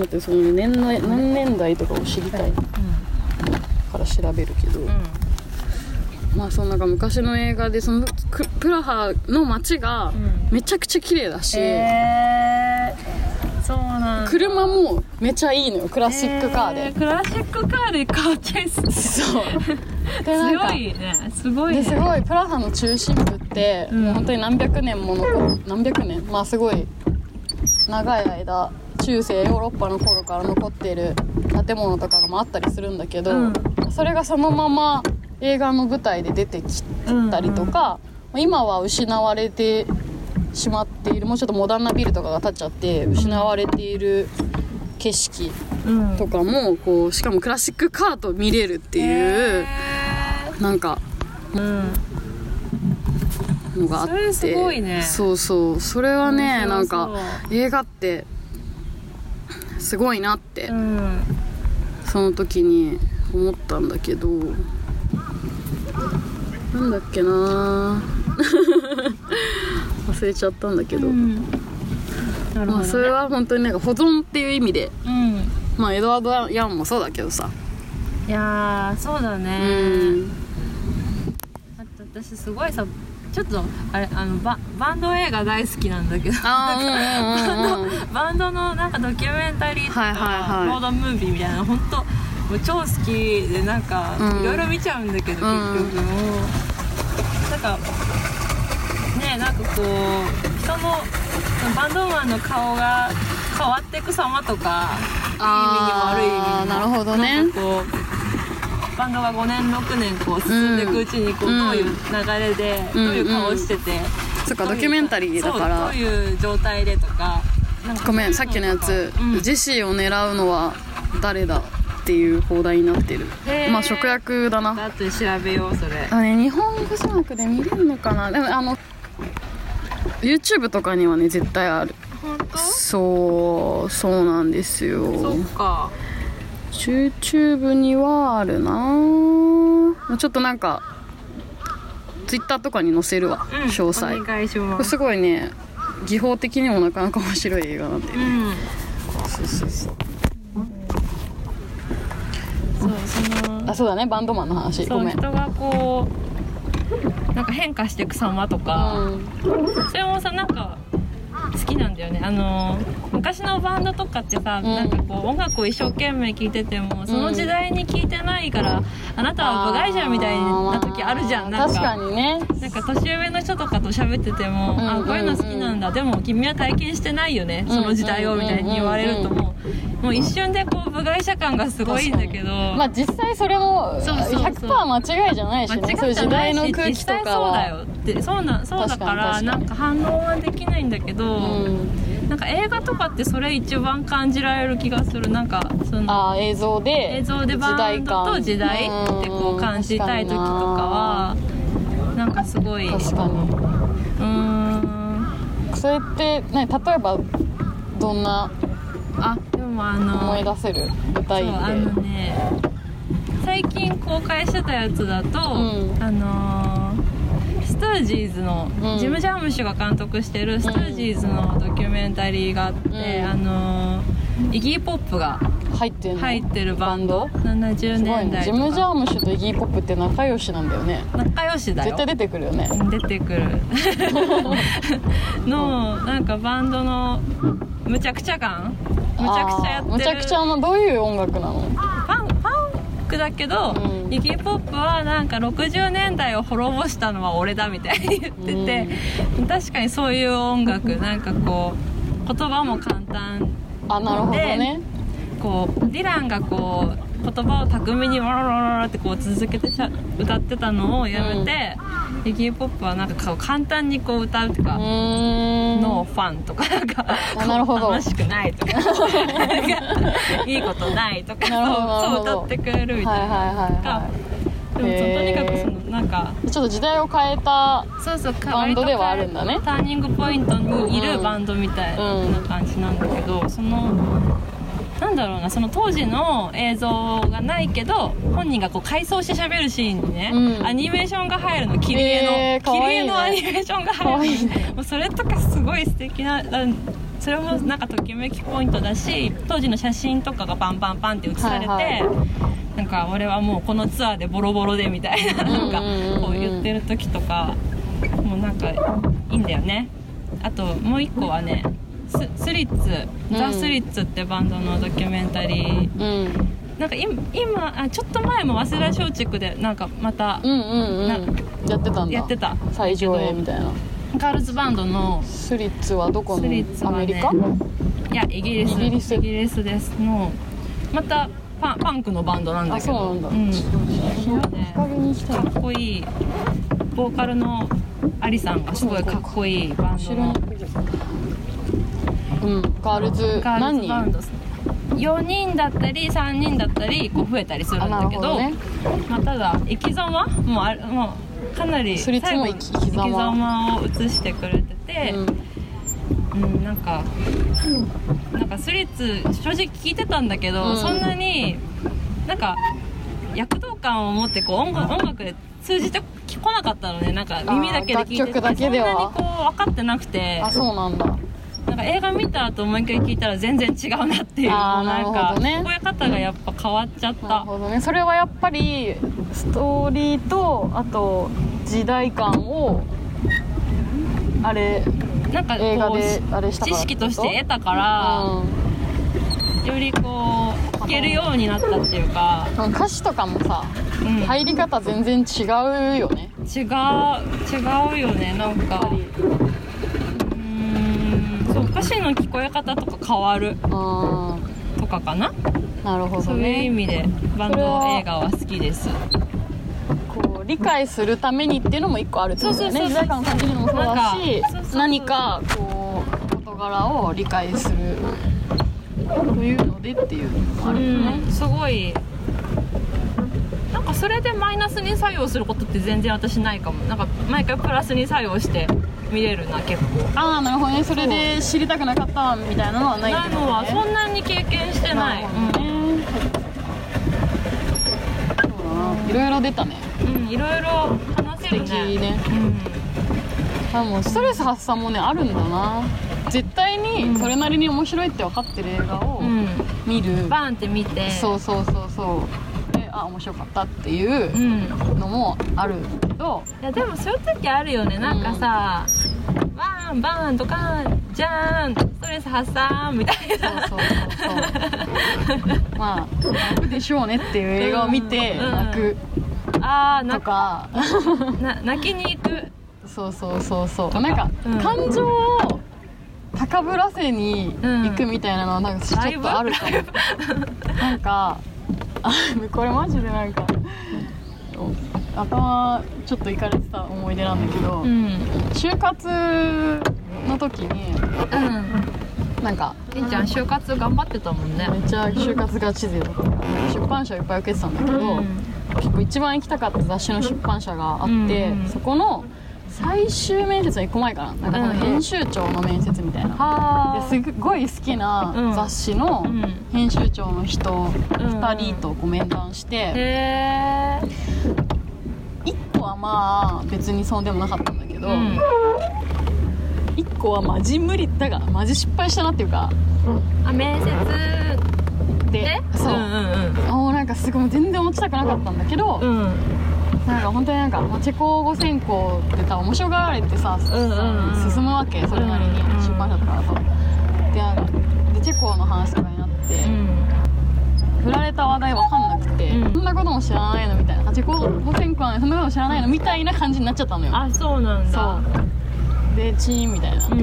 A: 待ってその年代何年代とかを知りたいから調べるけど、
B: う
A: まあそのなんか昔の映画でそのくプラハの街が
B: ん
A: めちゃくちゃ綺麗だし、
B: んえー、そうなんだ
A: 車もめちゃいいのよクラシックカーで、
B: えクラシックカーでカーチェイス
A: そうでなんか
B: 強いねすごい
A: で
B: ね
A: すごいプラハの中心部って、
B: うん
A: もう本当に何百年もの何百年まあすごい長い間中世ヨーロッパの頃から残っている建物とかがもあったりするんだけど、
B: うん
A: それがそのまま映画の舞台で出てきたりとか、今は失われてしまっているもうちょっとモダンなビルとかが建っちゃって失われている景色
B: うん
A: とかもこうしかもクラシックカーと見れるっていう、なんか
B: うん
A: のがあって
B: それすごいね
A: そうそうそれは
B: 面白
A: ね
B: そう
A: なんか映画ってすごいなって、
B: うん
A: その時に思ったんだけどなんだっけな 忘れちゃったんだけど、
B: なる
A: ま
B: ほ
A: あ、そ
B: ど
A: れは本当になんか保存っていう意味で
B: うん
A: まあエドワード・ヤンもそうだけどさ、
B: いやーそうだ
A: う
B: ね
A: ん、
B: あと私すごいさちょっとあれあのババンド映画大好きなんだけど
A: ああうんうんう んうん
B: バンドのなんかドキュメンタリーとか、
A: はいはいはい
B: ロードムービーみたいな本当もう超好きでなんか
A: うん
B: いろいろ見ちゃうんだけど、
A: うん
B: 結局もうなんかねなんかこう人のそのバンドマンの顔が変わっていく様とかいい意味にも悪い意味にも
A: あーなるほどね
B: なんかこうバンドが5年6年こう進んでいくうちにこう、
A: うん
B: どういう流れで、
A: うん
B: どういう顔してて、
A: そっかドキュメンタリーだか
B: そう
A: ら
B: どういう状態でとかなんか
A: ごめんさっきのやつ、
B: うん
A: ジェシーを狙うのは誰だっていう放題になってる
B: へー
A: まあ食薬だな
B: だって調べようそれ
A: あね日本語字幕で見れるのかなでもあの YouTube とかにはね絶対ある
B: 本当
A: そうそうなんですよ
B: そっか
A: YouTube にはあるなちょっとなんか Twitter とかに載せるわ、
B: うん
A: 詳細
B: お願いし
A: こ
B: ま
A: れ
B: す
A: すごいね技法的にもなかなか面白い映画なんで
B: うん
A: そうそうそう
B: そうその
A: あそうだねバンドマンの話
B: そ
A: ご
B: う
A: めん
B: 人がこうなんか変化していく様とか、それもさなんか好きなんだよねあの昔のバンドとかってさ、
A: ん
B: なんかこう音楽を一生懸命聴いててもその時代に聴いてないから、あなたは部外者みたいな時あるじゃんなん
A: 確か
B: か
A: にね
B: なんか年上の人とかと喋ってても、
A: うんうんうん
B: あこういうの好きなんだでも君は体験してないよねその時代を
A: うん
B: み
A: うんうんうん
B: たいに言われるともうもう一瞬でこう部外者感がすごいんだけど、
A: まあ実際それも
B: そうそうそう
A: 100%間違いじゃないしねそういう
B: 間違っちゃ
A: 時
B: な
A: 代
B: いし
A: の空
B: 実
A: 気と
B: 際
A: か
B: そうだ
A: は
B: よってそうなそうだか
A: 確からに確か
B: な
A: に
B: んか反応はできないんだけど、なんか映画とかってそれ一番感じられる気がするなんかその
A: あー映像で
B: 映像でバンドと時代ってこう感じたい時とかはなんかすごい
A: うん
B: う
A: 確かに
B: ーん
A: それって何例えばどんな
B: あでもあの
A: 思い出せる舞台
B: そうあ
A: で
B: のね最近公開してたやつだと、
A: ん
B: あのーストゥージーズの、
A: うん
B: ジム・ジャームッシュが監督してるストゥージーズのドキュメンタリーがあって、
A: うん
B: あのーイギー・ポップが
A: 入ってるの
B: 入ってるバンド70
A: すごい
B: 年
A: ね
B: 代
A: ジム・
B: と
A: ジャ
B: か
A: ームッシュとイギー・ポップって仲良しなんだよね
B: 仲良しだ
A: 絶
B: よ
A: 対出てくるよね
B: 出てく るのなんかバンドのむちゃくちゃ感むちゃくちゃや
A: あ
B: ってる
A: ーむちゃくちゃなどういう音楽なの
B: ファンファンクだけど、
A: うん
B: イギー・ポップはなんか60年代を滅ぼしたのは俺だみたいに言ってて、確かにそういう音楽なんかこう言葉も簡単
A: あなるほどね
B: こうディランがこう言葉を巧みにわらわらわらってこう続けてちゃ歌ってたのをやめて、イギー・ポップはなんかこう簡単にこう歌うっていうか
A: う、ーん
B: ノーファンとかなんか
A: あなるほど
B: 楽しくない とか いいことないとか
A: なるほど
B: そう
A: なる
B: 歌
A: ほど
B: ってくれるみ
A: は
B: た
A: い
B: い
A: はい
B: な。
A: は
B: でもそのとに
A: へ
B: か
A: ー
B: くそのなんか
A: いはいちょっと時代を変えた
B: そうそう
A: バンドではあるんだね
B: ターニングポイントにいるバンドみたい
A: うん
B: な感じなんだけど、そのなんだろうなその当時の映像がないけど本人がこう回想して喋るシーンにね、
A: うん
B: アニメーションが入るの切り絵の、
A: えーかわいいね
B: 切り絵のアニメーションが
A: かわ
B: 入
A: い
B: る
A: いね
B: もうそれとかすごい素敵なだそれもなんかときめきポイントだし当時の写真とかがバンバンバンって写されて、
A: はい
B: なんか俺はもうこのツアーでボロボロでみたいななんか
A: うんうんうんうん
B: こう言ってる時とかもうなんかいいんだよねあともう一個はねススリッツ、
A: うん
B: ザ・スリッツってバンドのドキュメンタリー
A: うん
B: なんか今今あちょっと前も早稲田松竹でなんかまた
A: うんうんうんやってたんだ
B: やってた
A: 最上映みたいな
B: ガールズバンドの
A: スリッツはどこの、
B: スリッツ
A: ア
B: は
A: メ
B: ね
A: リカ
B: いやイギリス
A: イギリス
B: ですのまたパンパンクのバンドなんだ
A: あ
B: け
A: そう
B: ど
A: なんだ、
B: うん
A: ちょっと日陰に行きたい
B: かっこいいボーカルのアリさんがすごいかっこいいバンド
A: 後ろ
B: の
A: にうんガールズ
B: ガール
A: 何
B: ズ
A: 人
B: バンド4人だったり3人だったりこう増えたりするんだけど
A: あなるほ
B: まあ、ただ生き様もうあるもうかなり
A: それいつも
B: 最後
A: 生き生き様
B: 生き様を映してくれてて、うん、なんか、なんかスリッツ正直聞いてたんだけど、
A: うん
B: そんなになんか躍動感を持ってこう音楽音楽で通じて聞こなかったのねなんか耳だけで聞いて
A: 楽曲だけでは
B: そんなにこう分かってなくて
A: あそうなんだ
B: なんか映画見た後もう一回聞いたら全然違うなっていう
A: あー
B: ん
A: なるほ
B: か
A: どね
B: 聞こえ方がやっぱ変わっちゃっ
A: なる
B: た
A: ほどねそれはやっぱりストーリーとあと時代感をあれ
B: なんかこう
A: 映画であれしたから
B: 知識として得たから、よりこう聞けるようになったっていうか、
A: うん、歌詞とかもさ
B: うん、
A: 入り方全然違うよね
B: 違う違うよねなん
A: やっぱ
B: か
A: り
B: うーんそう歌詞の聞こえ方とか変わる
A: うん
B: ととかかな
A: なるほ
B: そ
A: ど
B: ういう意
A: ね
B: 味でバンド映画は好きです
A: こう理解するためにっていうのも一個あるってことだよね
B: そうそうそう
A: 時代感を感じるのもそうだし
B: なんかそうそうそう
A: 何かこう事柄を理解するというのでっていうのもあるよね、
B: うんすごいなんかそれでマイナスに作用することって全然私ないかもなんか毎回プラスに作用して見れるな結構
A: ああなるほどねそれで知りたくなかったみたいなのはない
B: ないのはそんなに経験してない
A: るほどねそうだないろいろ出たね
B: うん、うんいろいろ話せる
A: 素敵
B: ね
A: ねあもうストレス発散もねあるんだな絶対にそれなりに面白いって分かってる映画を
B: うん、うん、
A: 見る、
B: バーンって見て
A: そうそうそうそうであ面白かったっていうう
B: うん
A: のもあるけど、
B: いやでもそういう時あるよねなんかさ、バーンバーンドカーンじゃーんストレス発散みたいな
A: そうそうそうそうまあ泣くでしょうねっていう映画を見て
B: うん
A: 泣く
B: あーな
A: と
B: んか
A: か、
B: な泣きに行く
A: そうそうそうそうなんか、
B: うん
A: 感情を高ぶらせに行くみたいなのはなんかちょ
B: だい
A: っ
B: ぶ
A: とあるかも、なんかあこれマジでなんか頭ちょっといかれてた思い出なんだけど、
B: うん
A: 就活の時に
B: うん
A: なんか
B: りんちゃん就活頑張ってたもんね
A: めっちゃ就活ガチ勢だったから出版社いっぱい受けてたんだけ
B: う
A: ど、
B: ん
A: 結構一番行きたかった雑誌の出版社があって、
B: うん
A: そこの最終面接の1個前かななんかこの編集長の面接みたいな、
B: は
A: ですごい好き
B: う
A: なん雑誌の
B: うん
A: 編集長の人2人とこう面談して、
B: へえ
A: 1個はまあ別にそうでもなかったんだけど、
B: うん
A: 1個はマジ無理だからマジ失敗したなっていうか
B: あ面接
A: で、
B: ね
A: そう、
B: うんうん
A: あもうなんかすごい全然落ちたくなかったんだけど、
B: うんうん
A: なんか本当になんかもうチェコ語専攻って多分面白がられてさ、
B: うんうんうん
A: 進むわけそれなりに
B: うんうん
A: 出版社とかだと。でなんかでチェコの話とかになって、振られた話題わかんなくて、
B: うん
A: そんなことも知らないのみたいなあチェコ語専攻なのにそんなことも知らないのみたいな感じになっちゃったのよ。
B: あそうなん
A: そ
B: だ
A: うでチーンみたいな、
B: うん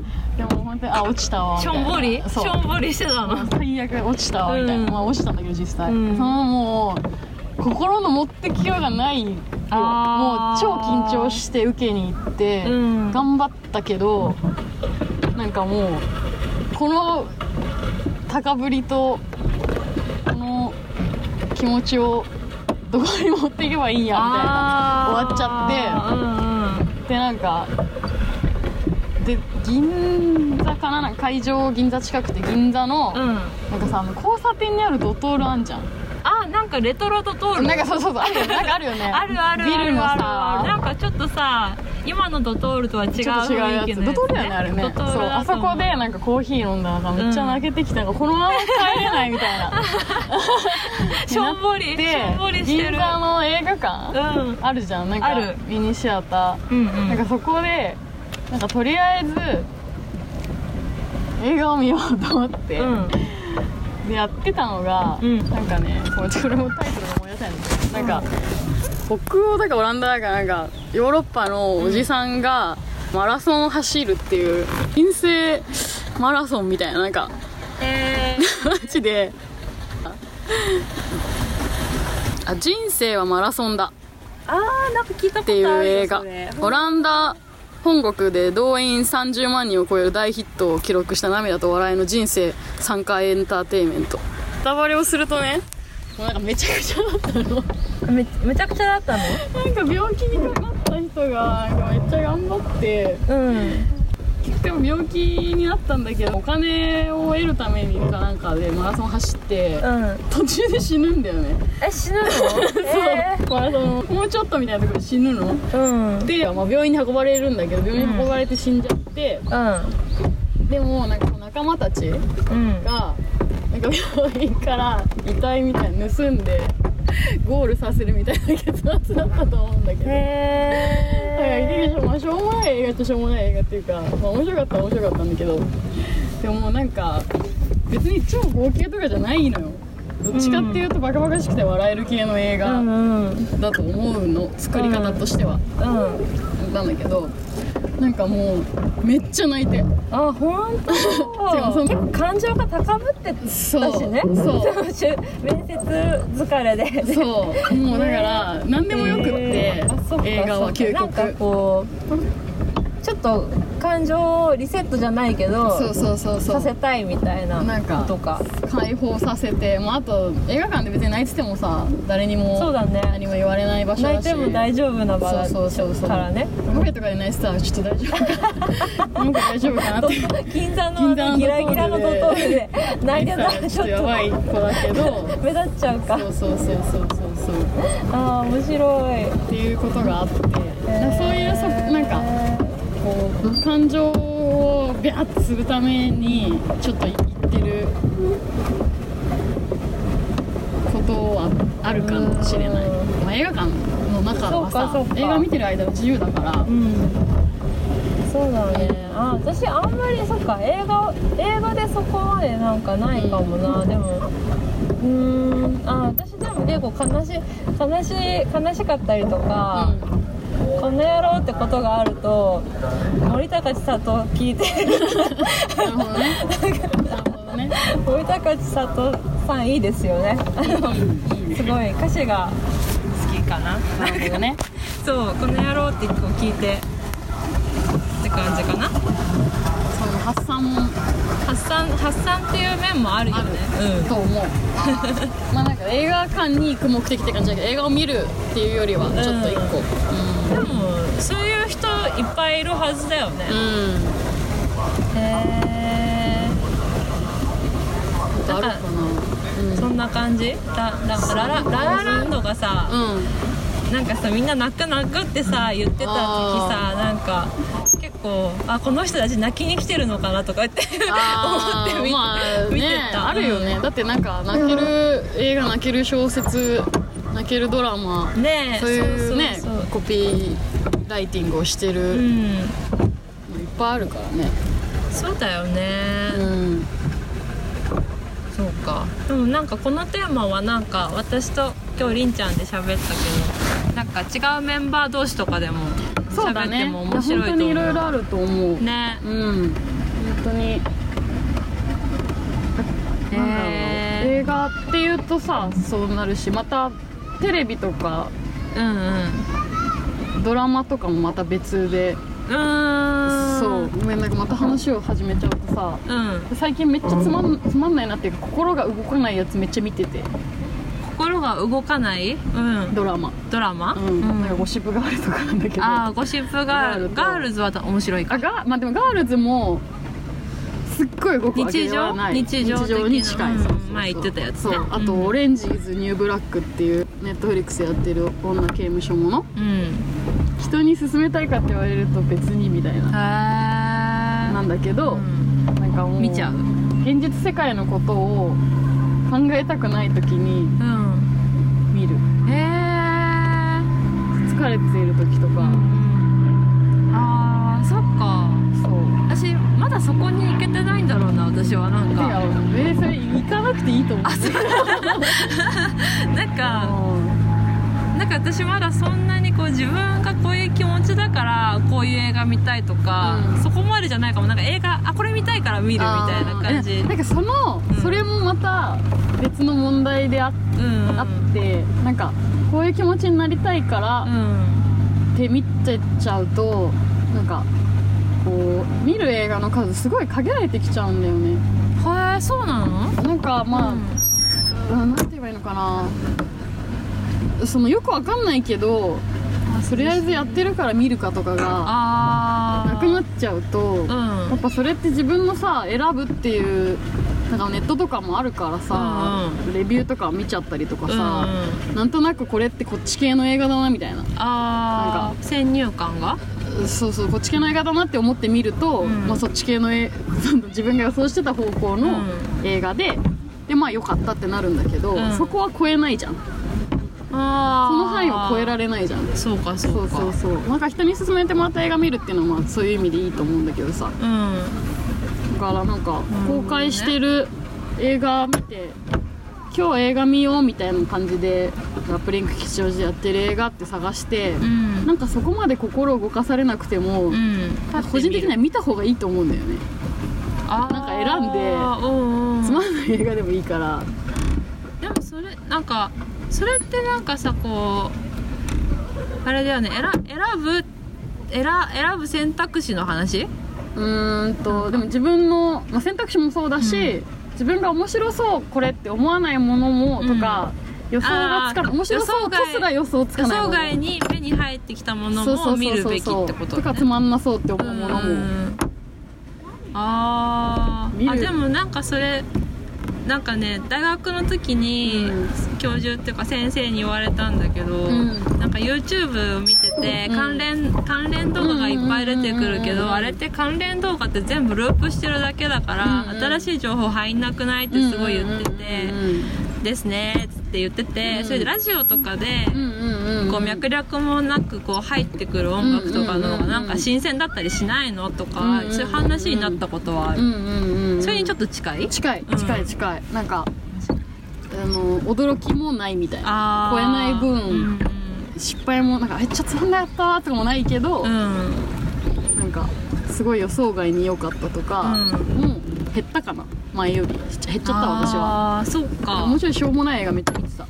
A: でも本当にあ落ちたわみ
B: した
A: い
B: ょ
A: なん
B: ぼりし
A: そう
B: ょんぼりしてたの
A: 最悪落ちたわみたいな、
B: うん
A: まあ落ちたんだけど実際、
B: うん
A: そのもう心の持ってきようがないよもう
B: あー
A: 超緊張して受けに行って、
B: うん
A: 頑張ったけどなんかもうこの高ぶりとこの気持ちをどこに持っていけばいいんやみたいな
B: あー
A: 終わっちゃ
B: うんうん
A: でなんかで銀座かななんか会場銀座近くて銀座の、
B: うん
A: なんかさあの交差点にあるドトールあんじゃん
B: あなんかレトロドトール
A: なんかそうそうそうあるよねなんかあるよね
B: あるあるある
A: ビルの
B: あるあるな
A: さ
B: んかちょっとさ今のドトールとは違う
A: ちょっと違うや
B: 雰
A: つ
B: 囲気
A: ド
B: の
A: トールだよねあれね
B: ドトール
A: そうあ
B: だと
A: そ
B: 思う
A: こでなんかコーヒー飲んだらさめっちゃ泣けてきたから、このまま帰れないみたいな
B: しょん ぼり
A: で
B: しょんぼりしてる
A: 銀座の映画館、
B: うん
A: あるじゃんなんか
B: ある
A: ミニシアタ
B: うんう
A: ーなんか
B: ん
A: そこでなんかとりあえず映画を見ようと思って、
B: うん
A: でやってたのが、
B: うん
A: なんかねこれこれもタイトルが思い出せないんだけどなんか、北欧だかオランダだかなんかヨーロッパのおじさんがマラソンを走るっていう人生マラソンみたいななんか
B: え
A: マジであ人生はマラソンだ
B: ー、あーなんか聞いた
A: っ
B: こ
A: てい
B: とあ
A: う
B: る
A: 映画
B: それ
A: オランダ本国で動員30万人を超える大ヒットを記録した涙と笑いの人生参加エンターテインメントネタバレをするとねもうなんかめちゃくちゃだったの
B: めめちゃくちゃだった
A: なんか病気にかかった人がなんかめっちゃ頑張って
B: のうん
A: でも病気になったんだけどお金を得るためにかなんかでマラソン走って
B: うん
A: 途中で死ぬんだよね、
B: え死ぬのえ
A: そうマラソンもうちょっとみたいなところで死ぬの
B: ー、うんうん
A: で、まあ、病院に運ばれるんだけど病院に運ばれて死んじゃって、でもなんか仲間たち
B: うん
A: がなんか病院から遺体みたいなの盗んでゴールさせるみたいな結末だったと思うんだけど、だから
B: へ
A: 結局まあしょうもない映画としょうもない映画っていうか、まあ、面白かったは面白かったんだけどでももうなんか別に超号泣とかじゃないのよどっちかっていうとバカバカしくて笑える系の映
B: ーう
A: 画
B: んうん
A: だと思うの作り方としては、
B: うん
A: なんだけどなんかもうめっちゃ泣いて
B: あ本当
A: その
B: 結構感情が高ぶってたし
A: そう
B: ね
A: そう
B: でもしゅ面接疲れで
A: そうもうだから何でもよくって、
B: えーあそっか
A: 映画は究
B: そっかなんか
A: 極
B: こうちょっと感情をリセットじゃないけど
A: そうそうそうそ
B: させ
A: う
B: たいみたいな
A: なんか
B: とか
A: 解放させて、まあ、あと映画館で別に泣いててもさ誰にも
B: そうだね
A: 何も言われない場所
B: 泣
A: だ
B: い
A: して
B: も大丈夫な場だ
A: そうそうそうそう
B: からね
A: カフェとかで泣いてたらちょっと大丈夫 かななんか大丈夫かなって
B: 銀座の
A: 銀座の
B: ギラギラのドトールで泣いてた
A: 泣いてた
B: ら
A: ら
B: ち
A: ち
B: ょ
A: ょっ
B: っと
A: とやばい子だけど
B: 目立っちゃうか
A: そうそうそうそうそうそう
B: ああ面白い
A: っていうことがあって、だからそういうそなんかこう感情をビャーってするためにちょっと言ってることはあるかもしれない、
B: う
A: まあ、映画館の中は
B: そ
A: さ
B: うかそうか
A: 映画見てる間は自由だから
B: うんそうだねあ私あんまりそっか映画映画でそこまでなんかないかもな、でもうーんあ私でも結構悲しい悲しい悲しかったりとか、この野郎ってことがあると森高千里聞いて
A: うん、なるほどねなるほどね
B: 森高千里さんいいですよね
A: いい
B: すごい歌詞が好きかな
A: なるほどね
B: そうこの野郎ってこう聞いてって感じかな
A: そう発散も
B: 発散発散っていう面もあるよね
A: と思う、まあなんか映画館に行く目的って感じだけど映画を見るっていうよりはちょっと一個
B: うんでもそういう人いっぱいいるはずだよね
A: うん、うん、
B: へ
A: あるか
B: えそんな感じララララララランドがさ、
A: なうん
B: なんかさみんな泣く泣くってさ言ってた時さなんか結構あこの人たち泣きに来てるのかなとかって思
A: あ
B: って
A: ー
B: 見,、
A: まあ
B: 見て
A: ね
B: た
A: あるよねだってなんか泣ける映画泣ける小説泣けるドラマ
B: ねえ
A: そういうね
B: そうそうそう
A: コピーライティングをして
B: う
A: る
B: ん
A: のいっぱいあるからね
B: そうだよね、
A: うん
B: そうかでもなんかこのテーマはなんか私と今日りんちゃんで喋ったけどなんか違うメンバー同士とかでも
A: そうだ
B: 喋って
A: ね
B: も
A: い
B: 面
A: や
B: 白
A: 本当
B: いと思う
A: にいろいろあると思う
B: ね
A: うん本当になんだろう
B: え
A: 映画っていうとさそうなるしまたテレビとか
B: ー、うんうん
A: ドラマとかもまた別で
B: うーん
A: そうごめんなんかまた話を始めちゃうとさ
B: うん
A: 最近めっちゃつまんつまんないなっていうか心が動かないやつめっちゃ見てて
B: 心が動かない、うん、
A: ドラマ、
B: ドラマ、
A: うんなんかゴシップガールとかなんだけど
B: あ
A: あ
B: あゴシップガール
A: ガ
B: ガー
A: ー
B: ル
A: ル
B: ズは面白いか
A: がまあでもガールズもすっごい動くわけではない
B: 日常日常的な
A: に近い、
B: うん
A: そうそうそう
B: 前言ってたやつね
A: そうあ
B: うん
A: と「オレンジーズ・ニューブラック」っていうネットフリックスやってる女刑務所もの
B: うん
A: 人に勧めたいかって言われると別にみたいな
B: へ
A: なんだけど、
B: うん
A: なんかもう
B: 見ちゃう
A: 現実世界のことを考えたくない時に
B: うん
A: 見る
B: へえ
A: 疲れている時とか
B: あーそっか
A: そう
B: 私まだそこに行けてないんだろうな私はなん
A: い
B: か
A: やえーそれ行かなくていいと思う
B: なんか
A: うん
B: なんか私まだそんなにこう自分がこういう気持ちだからこういう映画見たいとか、
A: うん
B: そこまでじゃないかもなんか映画あこれ見たいから見るみたいな感じ
A: あーなんかその、
B: うん
A: それもまた別の問題であ
B: うんうん
A: あって、なんかこういう気持ちになりたいから
B: うん
A: って見てっちゃうとなんかこう見る映画の数すごい限られてきちゃうんだよね
B: へえそうなの
A: なんかまあ、うんなんて言えばいいのかなそのよくわかんないけどとりあえずやってるから見るかとかが
B: ああ
A: なくなっちゃうと、
B: うん
A: やっぱそれって自分のさ選ぶっていうなんかネットとかもあるからさ、
B: う
A: レビューとか見ちゃったりとか
B: う
A: さ、
B: んうん
A: なんとなくこれってこっち系の映画だなみたいなな
B: あ
A: ん
B: あ先入観が
A: そうそうこっち系の映画だなって思って見ると、
B: うん
A: まあ、そっち系のえ 自分が予想してた方向の映画で。でまあ良かったってなるんだけど、
B: うん
A: そこは超えないじゃんそ
B: ああ
A: の範囲は超えら
B: れ
A: れないじゃん
B: そうか
A: そ
B: そ
A: うう
B: か
A: そうそうなんか人に勧めてもらった映画見るっていうのはまあそういう意味でいいと思うんだけどさ
B: うん
A: だからなんか
B: るほど
A: 公
B: ね
A: 開してる映画見て今日映画見ようみたいな感じでラップリンク吉祥寺でやってる映画って探して、
B: うん
A: なんかそこまで心動かされなくても、
B: うん
A: 個人的には見た方がいいと思うんだよね
B: あー
A: なんか選んで
B: うんうん
A: つまんない映画でもいいから
B: でもそれなんかそれってなんかさこうあれだよね選選ぶ選選ぶ選択肢の話
A: うーんとでも自分の、まあ、選択肢もそうだし、自分が面白そうこれって思わないものもとか、予想がつかな
B: あ
A: い
B: ー
A: 面白そう
B: 予想外
A: とすら予想つ
B: 予
A: かないも
B: 想
A: の
B: 外に目に入ってきたも
A: そ
B: の
A: うそうそうそ
B: も
A: う
B: 見るべきってこ
A: と
B: とだ
A: か
B: ね
A: つまんなそうって思うもの
B: う
A: も
B: んあ
A: 見
B: ー
A: る
B: あでもなんかそれなんかね大学の時に
A: うん
B: 教授っていうか先生に言われたんだけど、
A: うん
B: なんか YouTube を見てて
A: うん
B: 関連関連動画がいっぱい出て
A: う
B: くるけ
A: んうんうんうん
B: どあれって関連動画って全部ループしてるだけだから
A: うんうん
B: 新しい情報入んなくないってすごい言っててですねって言って
A: う
B: て
A: ん
B: それでラジオとかでこ
A: こ
B: う脈略もなくこう入ってくる音楽とかの
A: うんうんうんう
B: 方
A: ん
B: がなんか新鮮だったりしないのとか
A: うんうんうんうん
B: そういう話になったことはあ
A: うん
B: る
A: うんうん
B: それにちょっと近い
A: 近い
B: うん
A: 近い近い、なんかあの驚きもないみたいな
B: あー
A: 超えない分
B: うん
A: 失敗もなんか「あめっちゃつまんなかった」とかもないけど、
B: うん
A: なんかすごい予想外に良かったとか、
B: うん
A: もう減ったかな前より減っちゃ減っちゃった私は
B: あーそっか
A: もうちろんしょうもない映画めっちゃ見てた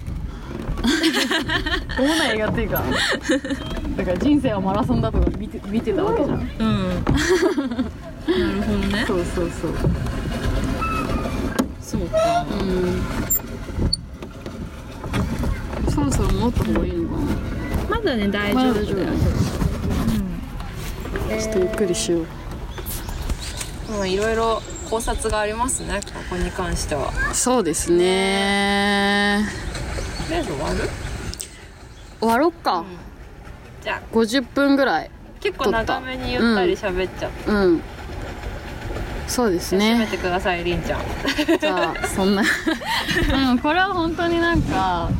A: しょうもない映画っていうかだから人生はマラソンだとか見て見てたわけじゃん
B: うん。なるほどね。
A: そうそうそう
B: そうか。
A: うんそろそろ戻った方がいいのかな、
B: まだね大
A: ま
B: 丈
A: あ
B: 夫
A: 大丈夫
B: だよ。
A: ちょっとゆっくりしよう
B: まあいろいろ考察がありますね。ここに関しては。
A: そうですね
B: レース終わる？
A: 終わろっか、
B: じゃあ
A: 50分ぐらい
B: 結構長めにゆったり喋っちゃって。
A: うんそうです
B: 締め
A: ね
B: てくださいりんちゃん。
A: じゃあそんなうんこれは本当になんか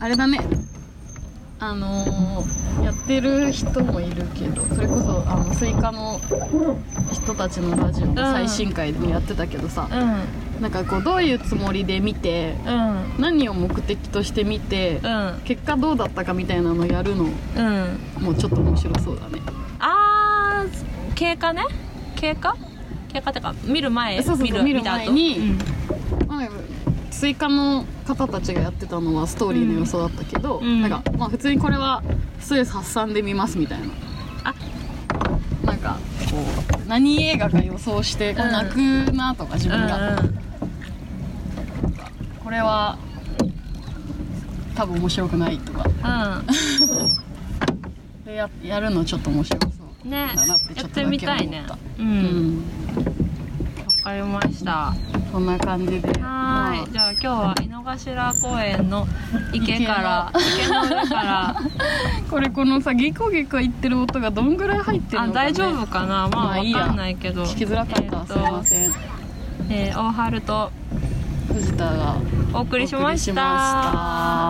A: あれだねあのーやってる人もいるけどそれこそあのスイカの人たちのラジオの最新回でもやってたけどさ、
B: うん
A: なんかこうどういうつもりで見て
B: うん
A: 何を目的として見て、
B: うん
A: 結果どうだったかみたいなのやるの
B: うん。
A: もうちょっと面白そうだね
B: あー経過ね。経過？経過ってか見る前
A: えそうそうそう見る
B: た後
A: 前に
B: うん
A: まあスイカの方たちがやってたのはストーリーの予想だったけど、
B: うん
A: なんかまあ普通にこれはストレス発散で見ますみたいな
B: あ
A: なんかこう何映画か予想して、こう
B: うん
A: 泣くなとか自分が、これは多分面白くないとか
B: う
A: でややるのちょっと面白そう、
B: んうん。ね
A: だなって。ち
B: や
A: ょっ
B: っ
A: と
B: て
A: だ
B: み
A: け
B: たいね
A: 思った。
B: う。
A: うんん、
B: わかりました。
A: そんな感じでま
B: は
A: あ
B: ーい、じゃあ今日は井の頭公園の池から池の上から
A: これこのさゲコゲコ言ってる音がどんぐらい入ってる
B: あ
A: のか、ね、
B: 大丈夫かな
A: ま
B: まあ
A: あいい
B: 分
A: や
B: かんないけど
A: 聞きづらかった、
B: えーと
A: すいません
B: えー大春と
A: 藤田が
B: お送りしまし
A: お送り
B: た
A: しました